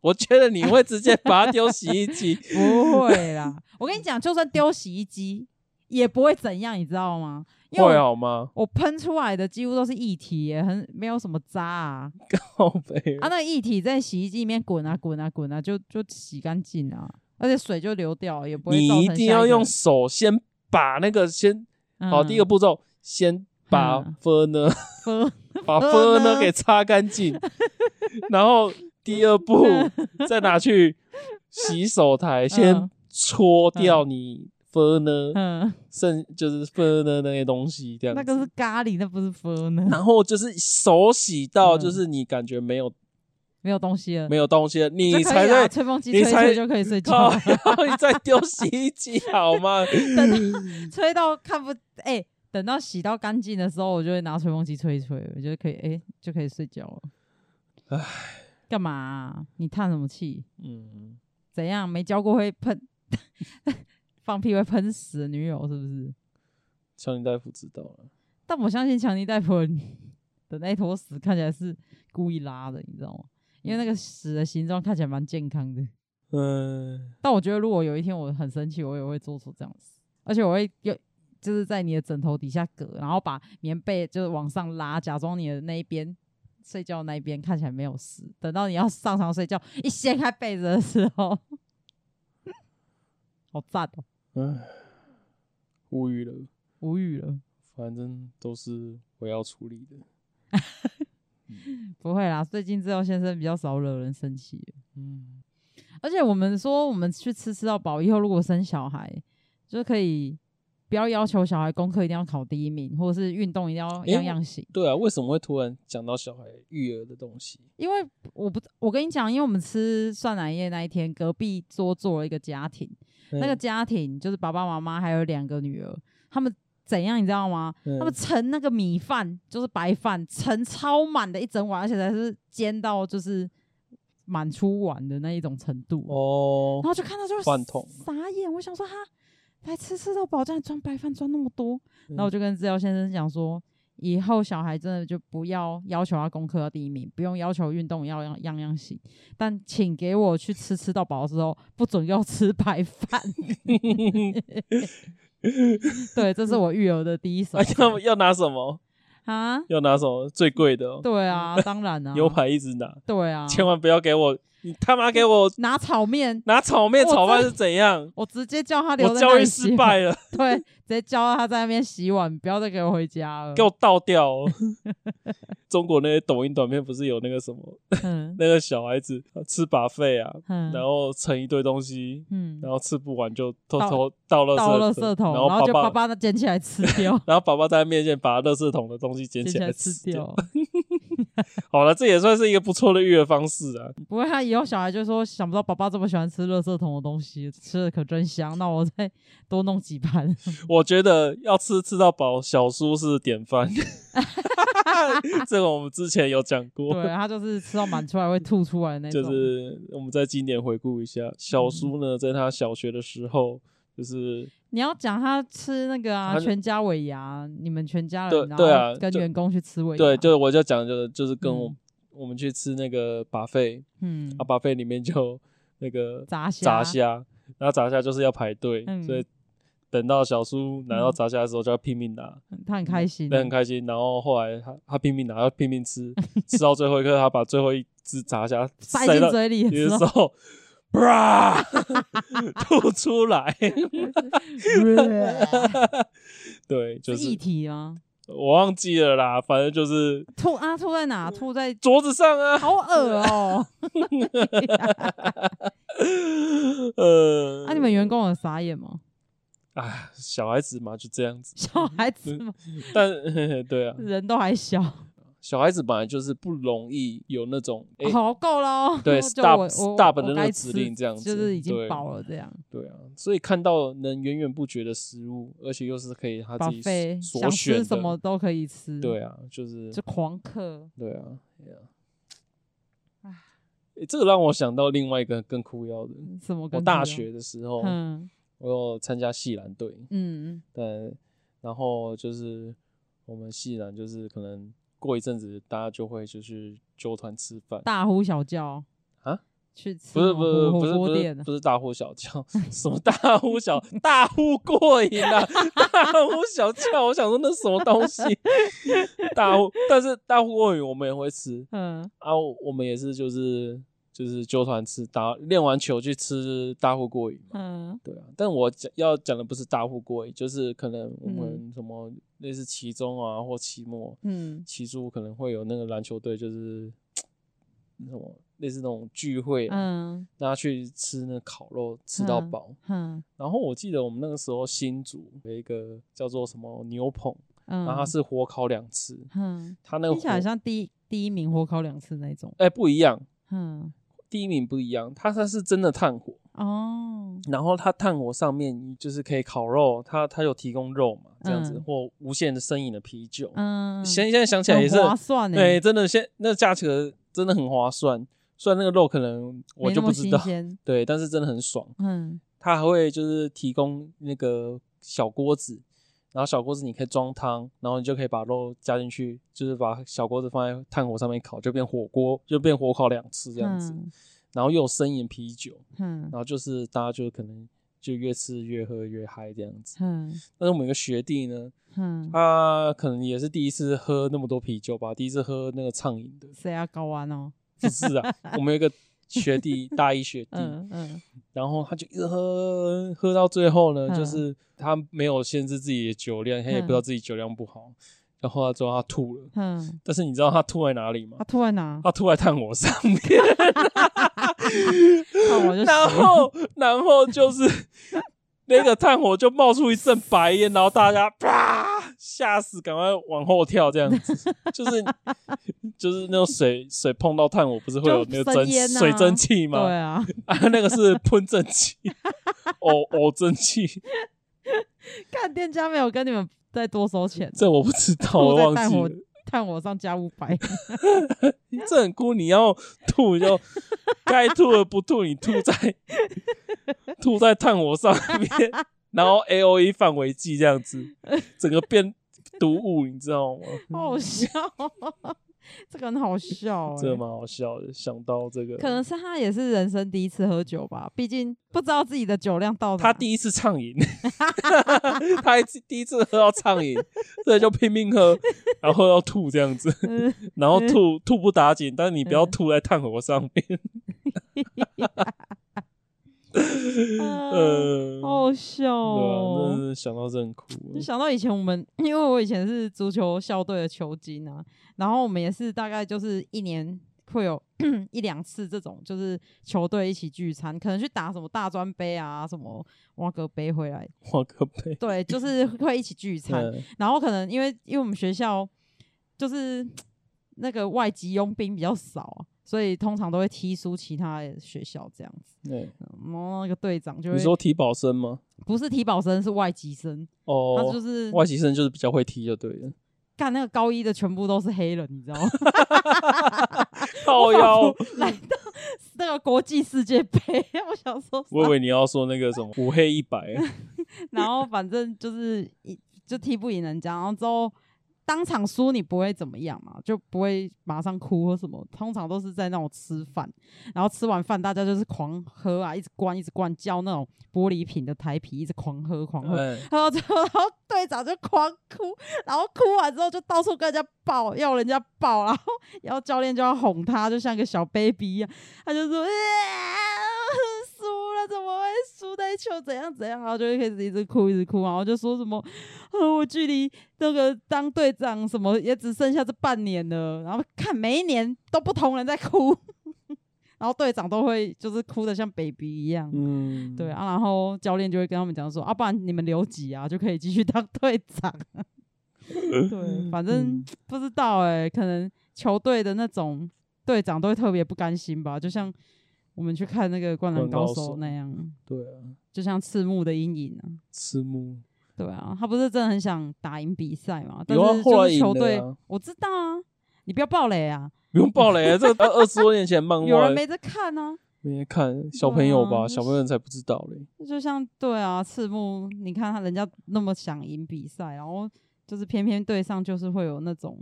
我觉得你会直接把它丢洗衣机
不会啦。我跟你讲，就算丢洗衣机也不会怎样，你知道吗？因为
会啊
我
好吗？
我喷出来的几乎都是液体耶，很没有什么渣啊。
靠背
啊，那液体在洗衣机里面滚啊滚啊滚啊，就就洗干净啊，而且水就流掉，也不会
你
造成
一
下
定要
个
用手先把那个先好，第一个步骤先把
嗯
分呢，
分
把
分
分
呢
呢给擦干 净，然后第二步再拿去洗手台先
嗯
搓掉你分呢，
嗯，
剩就是分呢那些东西这样
那
子
个是咖喱，那不是分呢，
然后就是手洗到
嗯
就是你感觉没有
没有东西了，
没有东西了，
就
你
可以啊
才
啦
在
吹风机
你
吹一
才
吹就可以睡
靠，
觉，
然后你再丢洗衣机好吗？
吹到看不哎、等到洗到干净的时候，我就会拿吹风机吹一吹，我觉得可以哎、就可以睡觉了。干嘛啊、你叹什么气？
嗯，
怎样没教过会喷放屁会喷死的女友是不是？
强尼戴夫知道了，
但我相信强尼戴普人的那一坨屎看起来是故意拉的，你知道吗？因为那个屎的形状看起来蛮健康的。
嗯，
但我觉得如果有一天我很生气，我也会做出这样子，而且我会有就是在你的枕头底下隔，然后把棉被就是往上拉，假装你的那一边睡觉那一边看起来没有事。等到你要上床睡觉，一掀开被子的时候， 好赞哦、
唉，无语了，
无语了。
反正都是我要处理的。
不会啦，最近制药先生比较少惹人生气了。
嗯，
而且我们说，我们去吃吃到饱以后，如果生小孩，就是可以不要要求小孩功课一定要考第一名，或者是运动一定要
诶
样样行。
对啊，为什么会突然讲到小孩育儿的东西？
因为我不，我跟你讲，因为我们吃酸奶液那一天，隔壁桌坐了一个家庭，那个
嗯
家庭就是爸爸妈妈还有两个女儿，他们怎样你知道吗？
嗯
他们盛那个米饭，就是白饭，盛超满的一整碗，而且还是煎到就是满出碗的那一种程度。
哦
然，后就看到就
饭桶
傻眼，我想说哈，来吃吃到饱，竟然装白饭装那么多。然后
嗯
我就跟治疗先生讲说，以后小孩真的就不要要求他功课要第一名，不用要求运动要样样样行，但请给我去吃吃到饱的时候，不准要吃 白饭。对，这是我育儿的第 一手
哎，要要拿什么？
啊。
要拿什么最贵的哦、
对啊，当然 啊，
牛，排一直拿，
对啊，
千万不要给我，你他妈给我
拿炒面，
拿炒面
我真
炒饭是怎样？
我直接叫他留
我
在那
教
里
育
洗
失
碗，
败了，
对，直接叫他在那边洗碗，不要再给我回家了。
给我倒掉、哦。 中国那些抖音短片不是有那个什么，
嗯
那个小孩子吃把费啊，
嗯
然后盛一堆东西，
嗯，
然后吃不完就偷
倒
偷倒垃圾
倒垃圾桶，
然
然
后
就
爸
爸爸捡起来吃
，
掉
然后爸爸在他面前把垃圾桶的东西捡
捡
起
起
来
来
吃
吃
掉。
掉。
好了，这也算是一个不错的育儿方式啊。
不过他以后小孩就说，想不到爸爸这么喜欢吃垃圾桶的东西，吃的可真香。那我再多弄 几盘。
我觉得要吃吃到饱，小叔是典 范。 这个我们之前有讲过，
对他就是吃到满出来会吐出来的那种。
就是我们在今年回顾一下，
嗯
小叔呢，在他小学的时候，就是
你要讲他吃那个啊，
他是
全家尾牙，你们全家
对
人然
对啊
后跟
就
员工去吃尾牙，
对，就是我就讲就是就是跟我
啊嗯
我们去吃那个把费，
嗯
啊，把费里面就那个
炸虾
炸虾，然后炸虾就是要排队，
嗯
所以等到小叔拿到
嗯
炸虾的时候，就要拼命拿。
他很开心，
对，嗯很开心。然后后来他他拼命拿，他拼命吃，吃到最后一刻，他把最后一只炸虾
塞
到
进嘴里的
你
时
的
候
时，候，啪， 吐出来。对，就是是
液啊体吗？
我忘记了啦，反正就是
吐啊，吐在哪？吐在
桌子上啊，
好恶哦、
呃，
啊那、你们员工有傻眼吗？
啊，小孩子嘛就这样子，
小孩子
嗯
嘛，
但 对啊，
人都还小，
小孩子本来就是不容易有那种哎、
好够喽。
对
就
stop-
我
stop
我
的那个
我该
指
吃
令这样子
就是已
对
经饱了这样。
对啊，所以看到能源源不绝的食物，而且又是可以他
把
自己
费
所
想
选
吃
的，
什么都可以吃，
对，啊，就是
就狂嗑。
对啊，对啊
唉。
诶这个让我想到另外一个更酷要的，
什么跟
我
这
大
样
学的哦时候，
嗯
我有参加系篮队，
嗯
但然后就是我们系篮就是可能过一阵子大家就会就是揪团吃饭，
大呼小叫
啊，
去吃
不是
什么
不是不
火
是不
火锅
是
店啊
不是大呼小叫， 什么大呼小大呼过瘾啊，大呼小叫，我想说那是什么东西？大呼，但是大呼过瘾我们也会吃
嗯
啊，我我们也是就是就是纠团吃打练完球去吃大呼过瘾嘛。
嗯
对啊，但我讲要讲的不是大呼过瘾，就是可能我们
嗯
什么类似期中啊或期末，
嗯
期初可能会有那个篮球队，就是那什么类似那种聚会啊、
嗯
大家去吃那烤肉，吃到饱。
嗯
然后我记得我们那个时候新竹有一个叫做什么牛棚，
嗯，
然后它是火烤两 次，
嗯，
它那个
听起来
火
像第一第一名火烤两次那一种，
哎、不一样，
嗯
第一名不一样，它它是真的炭火，
哦，
然后它炭火上面就是可以烤肉，它它有提供肉嘛，这样子、
嗯
或无限的生饮的啤酒。
嗯，
现、现在想起来也是
很划算欸呢、
对，真的现那价格真的很划算，虽然那个肉可能我
没
就
那
不
么
知
新
道，
鲜
对，但是真的很爽。
嗯
它还会就是提供那个小锅子，然后小锅子你可以装汤，然后你就可以把肉加进去，就是把小锅子放在炭火上面烤，就变火锅，就变火烤两次这样子。
嗯
然后又有生饮啤酒，
嗯
然后就是大家就可能就越吃越喝越嗨这样子。
嗯
但是我们有个学弟呢，
嗯，
他可能也是第一次喝那么多啤酒吧，第一次喝那个畅饮的，
谁要搞完哦？
不是 啊，我们有一个学弟，大一学弟，
嗯嗯
然后他就一直喝喝到最后呢，
嗯
就是他没有限制自己的酒量，他也不知道自己酒量不好，然后他最后他吐了，
嗯，
但是你知道他吐在哪里吗
他？突然啊拿，
他吐在炭火上面，然
看我就死了
后然后就是 那个炭火就冒出一阵白烟，然后大家啪吓死，赶快往后跳，这样子就是 就是那种水水碰到炭火不是会有
就
那个
生
蒸、
烟啊
水蒸气吗？
对啊，
啊，那个是喷蒸 汽，哦哦蒸汽，
看店家没有跟你们再多收钱，
这我不知道，
吐
我
在
忘
炭
记
火
了。
炭火上加五 百，
这很酷，你要吐就该吐的不吐，你吐 在吐在炭火上面，然后 A O E 范围剂这样子，整个变毒物，你知道吗？
好好笑 哦，这个很好笑
这
哎。
蛮好笑的，想到这个，
可能是他也是人生第一次喝酒吧，毕竟不知道自己的酒量到哪。
他第一次畅饮， 他还第一次喝到畅饮，所以就拼命喝，然后要吐这样子，
嗯
然后吐吐不打紧，但是你不要吐在炭火上面。
啊
呃，
好好笑
对啊，
哦。
那是想到这很酷
就。 想到以前我们，因为我以前是足球校队的球精啊，然后我们也是大概就是一年会有 一两次这种，就是球队一起聚餐，可能去打什么大专杯啊，什么挖格杯回来，
我个 杯，
对，就是会一起聚餐。
嗯
然后可能因为因为我们学校就是那个外籍佣兵比较少啊，所以通常都会踢输其他的学校这样子。
对，
然后那个队长就
你
会
说体保生吗？
不是体保生，是外籍生，他就
哦，
是
外籍生就是比较会踢就对 了。
干那个高一的全部都是黑人，你知道吗？
靠腰，
来到那个国际世界杯， 我想说，
我以为你要说那个什么五黑一 白，
然后反正就是一就踢不赢人家，然后之后当场输你不会怎么样嘛，就不会马上哭或什么，通常都是在那种吃饭，然后吃完饭大家就是狂喝啊，一直灌一直灌，叫那种玻璃瓶的台啤，一直狂喝狂喝。
哎，
喝到最后，然后队长就狂哭，然后哭完之后就到处跟人家抱，要人家抱，然后然后教练就要哄他，就像个小 baby 一样，他就说：“啊输了，怎么会输那一球？怎样怎样？”然后就会开始一直哭，一直哭，然后就说什么：“啊，我距离那个当队长什么也只剩下这半年了。”然后看每一年都不同人在哭， 然后队长都会就是哭的像 baby 一样。
嗯，
对，啊，然后教练就会跟他们讲说，啊，不然你们留级啊，就可以继续当 队长。对，反正
嗯
不知道哎、可能球队的那种队长都会特别不甘心吧，就像我们去看那个《灌篮
灌篮
高
高
手
手》
那样，
对啊，
就像赤木的阴影啊。
赤木，
对啊，他不是真的很想打赢比赛嘛？但
有啊
是
后
就
来
是
赢
球
了
队，
啊
我知道啊，你不要暴雷啊，
不用爆 雷，这二二十多年前漫
有
画
人，没在看啊。
没人看小朋友
对
吧，
啊
小朋友才不知道嘞。
就像对啊，赤木，你看他人家那么想赢比赛，然后就是偏偏对上就是会有那种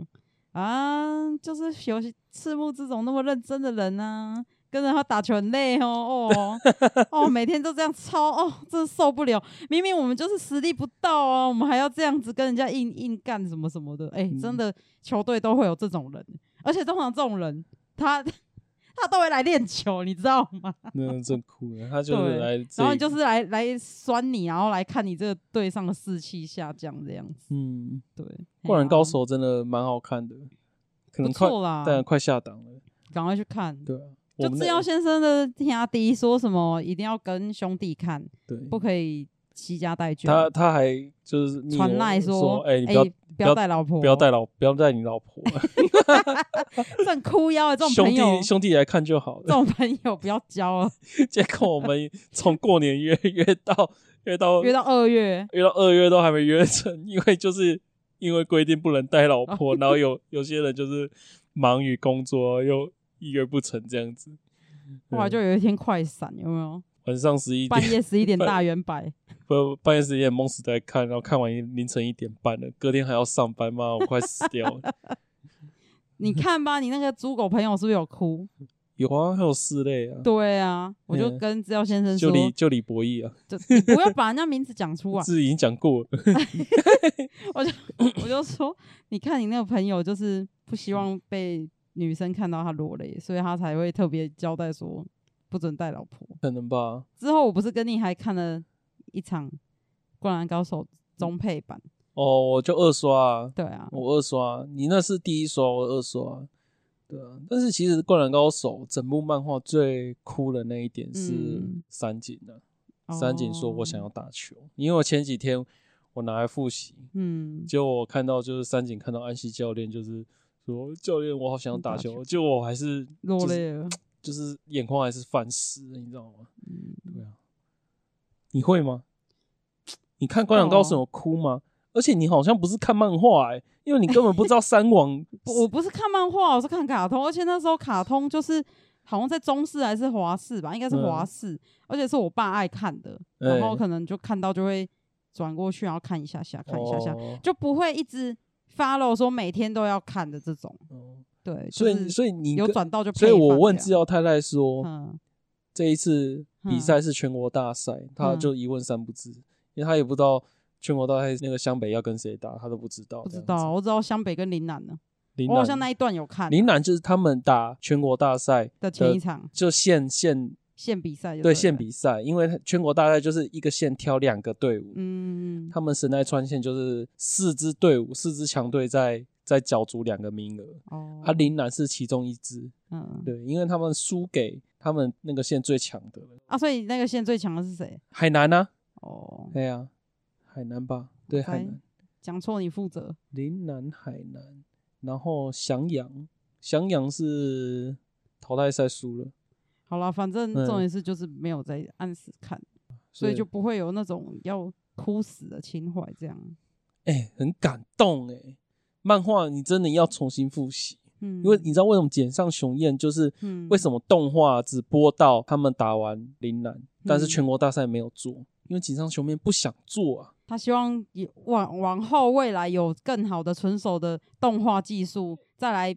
啊，就是有些赤木这种那么认真的人啊，跟着他打球很累哦，哦哦，每天都这样操哦，真受不了。明明我们就是实力不到啊，我们还要这样子跟人家硬硬干什么什么的，哎、真
嗯
的球队都会有这种人，而且通常这种人他 他都会来练球，你知道吗？
那真酷，他就是
对
来，
然后你就是，来来酸你，然后来看你这个队上的士气下降这样子。
嗯，
对，
《灌篮
嘿啊
高手》真的蛮好看的，可能
不
快，
错啦，
但快下档了，
赶快去看。
对啊，我
啊就
们
制
那
药先生的天涯第一说什么一定要跟兄弟看，
对，
不可以惜家带眷。
他他还就是密
传
我
赖
说，哎，
哎、
你不要
不
要
带老婆，
不要带老不要带你老 婆，
这很哭腰欸的这种
兄
朋友
弟，兄弟来看就好
这
了。
种朋友不要交 了，
结果我 们从过年约约到约到
约到二月。
约到二月都还没约成，因为就是因为规定不能带老 婆，然后有有些人就是忙于工作又一约不成这样子。
后来
嗯
就有一天快闪，有没有？
晚上十一
半
点，
夜十一点大圆摆，
不半夜十点懵死在看，然后看完凌晨一点半了，隔天还要上班妈，我快死掉了。
你看吧，你那个猪狗朋友是不是有哭？
有啊，还有四类啊，
对啊，我就
嗯
跟资料先生
就
说，
李就李博弈啊，
就你不要把人家名字讲出来。
自己已经讲过了，
我就我就说，你看你那个朋友就是不希望被女生看到他落泪，所以他才会特别交代说不准带老婆。
可能吧？
之后我不是跟你还看了一场《灌篮高手》中配版？
哦，我就二刷啊，
对啊，
我二刷，你那是第一刷，我二刷。对啊，但是其实《灌篮高手》整部漫画最哭的那一点是
嗯
三井啊，三井说我想
哦，
要打球，因为我前几天我拿来复习，
嗯，
结果我看到就是三井看到安西教练，就是说教练我好想打
打
球，
球
结果我还是
落
就是
泪了。
就是眼眶还是泛湿，你知道吗？
嗯
对啊，你会吗？你看《灌篮高手》
哦
有哭吗？而且你好像不是看漫画哎、因为你根本不知道三王
不我不是看漫画，我是看卡通，而且那时候卡通就是好像在中视还是华视吧，应该是华
嗯
视，而且是我爸爱看的，然后可能就看到就会转过去，然后看一下下， 看一下下，
哦
就不会一直 follow 说每天都要看的这种。
哦
对，
所以
就是
所以你
有
跟
转到就
所以
配
我
饭
问
这
制
样，
药太太说，
嗯，
这一次比赛是全国大赛，他
嗯
就一问三不知，因为他也不知道全国大赛那个湘北要跟谁打，他都不知道。
不知
这样子
道，。我知道湘北跟林南呢，
林
我好像那
南，
一段有看
林南就是他们打全国大赛
的前一场
就县县
县比赛就
对
对啊
县
了，
比赛，因为全国大赛就是一个县挑两个队伍，
嗯，
他们神奈川县就是四支队伍，四支强队在在角逐两个名额，
哦，
啊，林南是其中一支，
嗯
对，因为他们输给他们那个县最强的了
啊，所以那个县最强的是谁？
海南啊，
哦，
对呀、啊，海南吧，对
我
海
猜
南。
讲错你负责。
林南、海南，然后襄阳，襄阳是淘汰赛输了，
好啦，反正
嗯
重点是就是没有在按时看，所以就不会有那种要哭死的情怀这样。
哎、很感动哎、漫画你真的要重新复习，
嗯，
因为你知道为什么简上雄彦就是
嗯
为什么动画只播到他们打完林南，但是
嗯
全国大赛没有做，因为简上雄彦不想做啊。
他希望也往往后未来有更好的纯手的动画技术，再来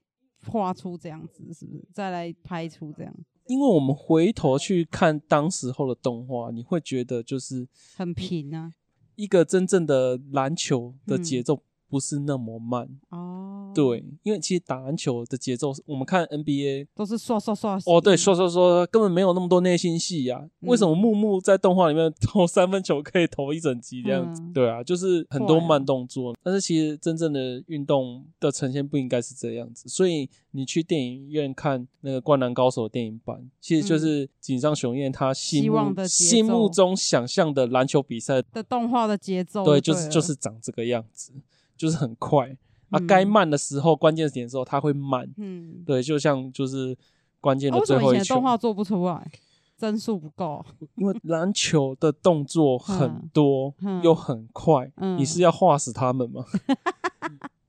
画出这样子，是不是？再来拍出这样，
因为我们回
嗯
头去看当时候的动画，你会觉得就是
很平啊。
一个真正的篮球的
嗯
节奏不是那么慢，
哦，
对，，因为其实打篮球的节奏是，我们看 NBA
都是嗯刷刷刷。
哦，对，说说说，根本没有那么多内心戏呀、为什么木木在动画里面投三分球可以投一整集这样子？
嗯
对啊，就是很多
对啊
慢动作，但是其实真正的运动的呈现不应该是这样子。所以你去电影院看那个《灌篮高手》电影版，其实就是井上雄彦他心
嗯希
目
望的节
心目
奏
中想象的篮球比赛
的动画的节奏，
对，
哦对，
就是就是。长这个样子，就是很快。啊，
嗯
该慢的时候，关键点的时候，它会慢。
嗯，
对，就像就是关键
啊
的
为什
最
么以
后
前
一
的
球，
动画做不出来？帧数不够。啊
因为篮球的动作很
嗯
多、
嗯
又很快，你是
嗯
要画死他 们吗？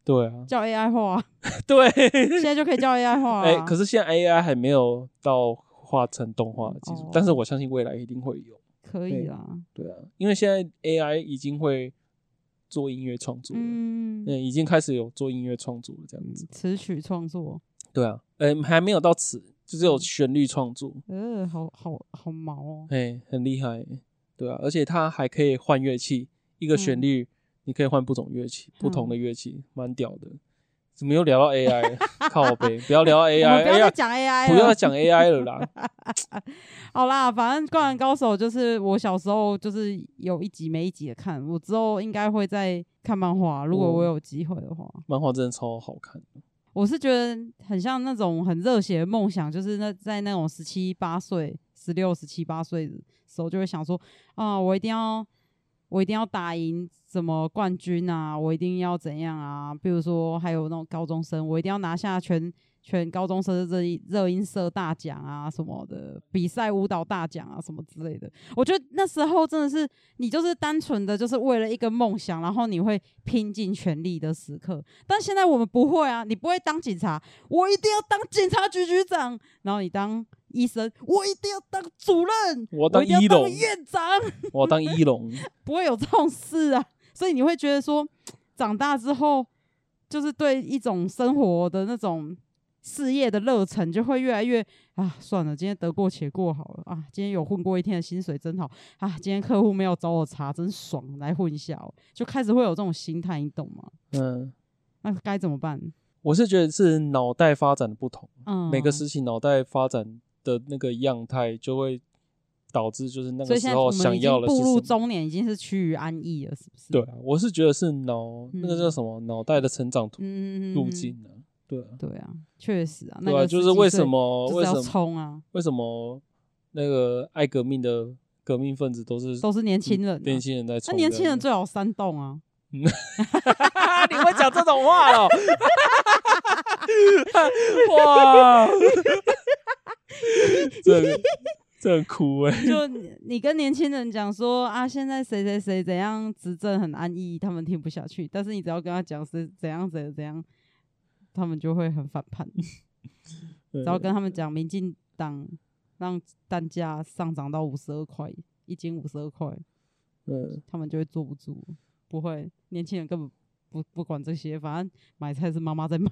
对啊，
叫 AI 画，
对。
现在就可以叫 AI 画、啊。
哎、可是现在 AI 还没有到画成动画的技术，但是
哦
我相信未来一定会有。
可
对
以啦，
对啊，因为现在 AI 已经会做音乐创作了，嗯
嗯，
已经开始有做音乐创作了这样子。
词曲创作，
对啊，哎、还没有到此，就是有旋律创作。
呃，好好好毛哦，
哎、很厉害，对啊，而且它还可以换乐器，一个旋
嗯
律、你可以换不同乐器，不同
嗯
的乐器，蛮屌的。怎么又聊到 AI？了 靠背，不要聊到
我们不要
AI，AI
再讲 AI
哎不要
了
再。讲 AI 了啦。
好啦，反正《灌篮高手》就是我小时候就是有一集没一集的看，我之后应该会再看漫画， 如果我
哦
有机会的话，
漫画真的超好看的，
我是觉得很像那种很热血的梦想，就是那在那种十七八岁、十六、十七八岁的时候，就会想说啊、我一定要。我一定要打赢什么冠军啊！我一定要怎样啊？比如说，还有那种高中生，我一定要拿下全全高中生热音热音社大奖啊什么的，比赛舞蹈大奖啊什么之类的。我觉得那时候真的是你就是单纯的就是为了一个梦想，然后你会拼尽全力的时刻。但现在我们不会啊，你不会当警察，我一定要当警察局局长，然后你当医生，我一定要当主任，
我
我
当
一定
一
要当
龙，
院长。
我当一 龙，
不会有这种事啊。 所以你会觉得说，长大之后就是对一种生活的那种事业的热忱，就会越来越啊，算了，今天得过且过好了啊，今天有混过一天的薪水真好啊，今天客户没有找我查，真爽，来混一下、哦，就开始会有这种心态，你懂吗？
嗯，
那该怎么办？
我是觉得是脑袋发展的不同，
嗯，
每个时期脑袋发展的那个样态就会导致就是那
所
个
以
时
现在
候
我们
想
已经
要的
步入
是什么。
中年，已经是趋于安逸了，是不是？
对，啊，我是觉得是脑那个叫
嗯
什么脑袋的成长途
嗯，
路径啊，对啊，
对啊，确实啊，那
对啊，
个
就
十
是
几
为
岁
什么
就
为
是
什
要
么
冲啊，
为什么那个爱革命的革命分子都是嗯
都是年轻人啊、
年轻人在
那
冲？
年轻人最好煽动 啊！
你会讲这种话了？哦 哇， 这这很酷哎、
就你你跟年轻人讲说啊，现在谁谁谁怎样执政很安逸，他们听不下去。但是你只要跟他讲是怎样怎样怎样，他们就会很反 叛。只要跟他们讲，民进党让蛋价上涨到五十二块一斤，五十二块，
嗯，
他们就会坐不住。不会，年轻人根本不不管这些，反正买菜是妈妈在买。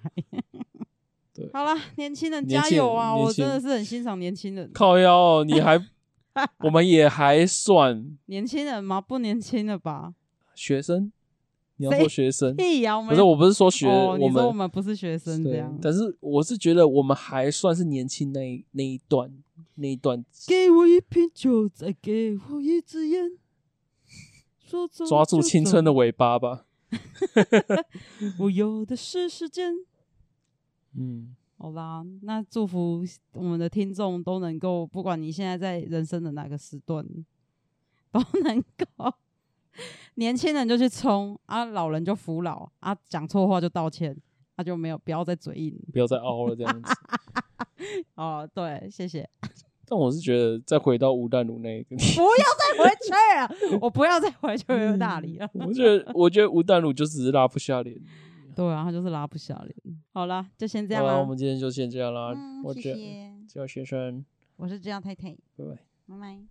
对
好啦，年轻人
年
加
轻人
油啊！
年
我
轻
真的
人
是很欣赏年轻人。
靠腰哦、你 还我们也还算
年轻人吗？不年轻了吧？
学生，你要说学生，
屁呀、我们
可是我不是说学、
哦，你说
们
我们不是学生这
对
样，
但是我是觉得我们还算是年轻那一那一段那一段
给我一瓶酒，再给我一支烟，说走
抓住
就
青春的尾巴吧。
走，我有的是时间。
嗯，
好啦，那祝福我们的听众都能够，不管你现在在人生的哪个时段，都能够。 年轻人就去冲啊，老人就服老啊，讲错话就道歉，那、就没有不要再嘴硬
不要再凹了这 样子。
哦。对，谢谢。
但我是觉得再回到吴淡如那一个，
不要再回去了，我不要再回去大理了。
嗯我觉得我觉得吴淡如就只是拉不下脸。
对啊，他就是拉不下脸。好啦，就先这样
好啦，
啦。
我们今天就先这样啦。
嗯
我
谢
觉
谢
叫学生，
我是这样太太，
拜拜。
拜拜。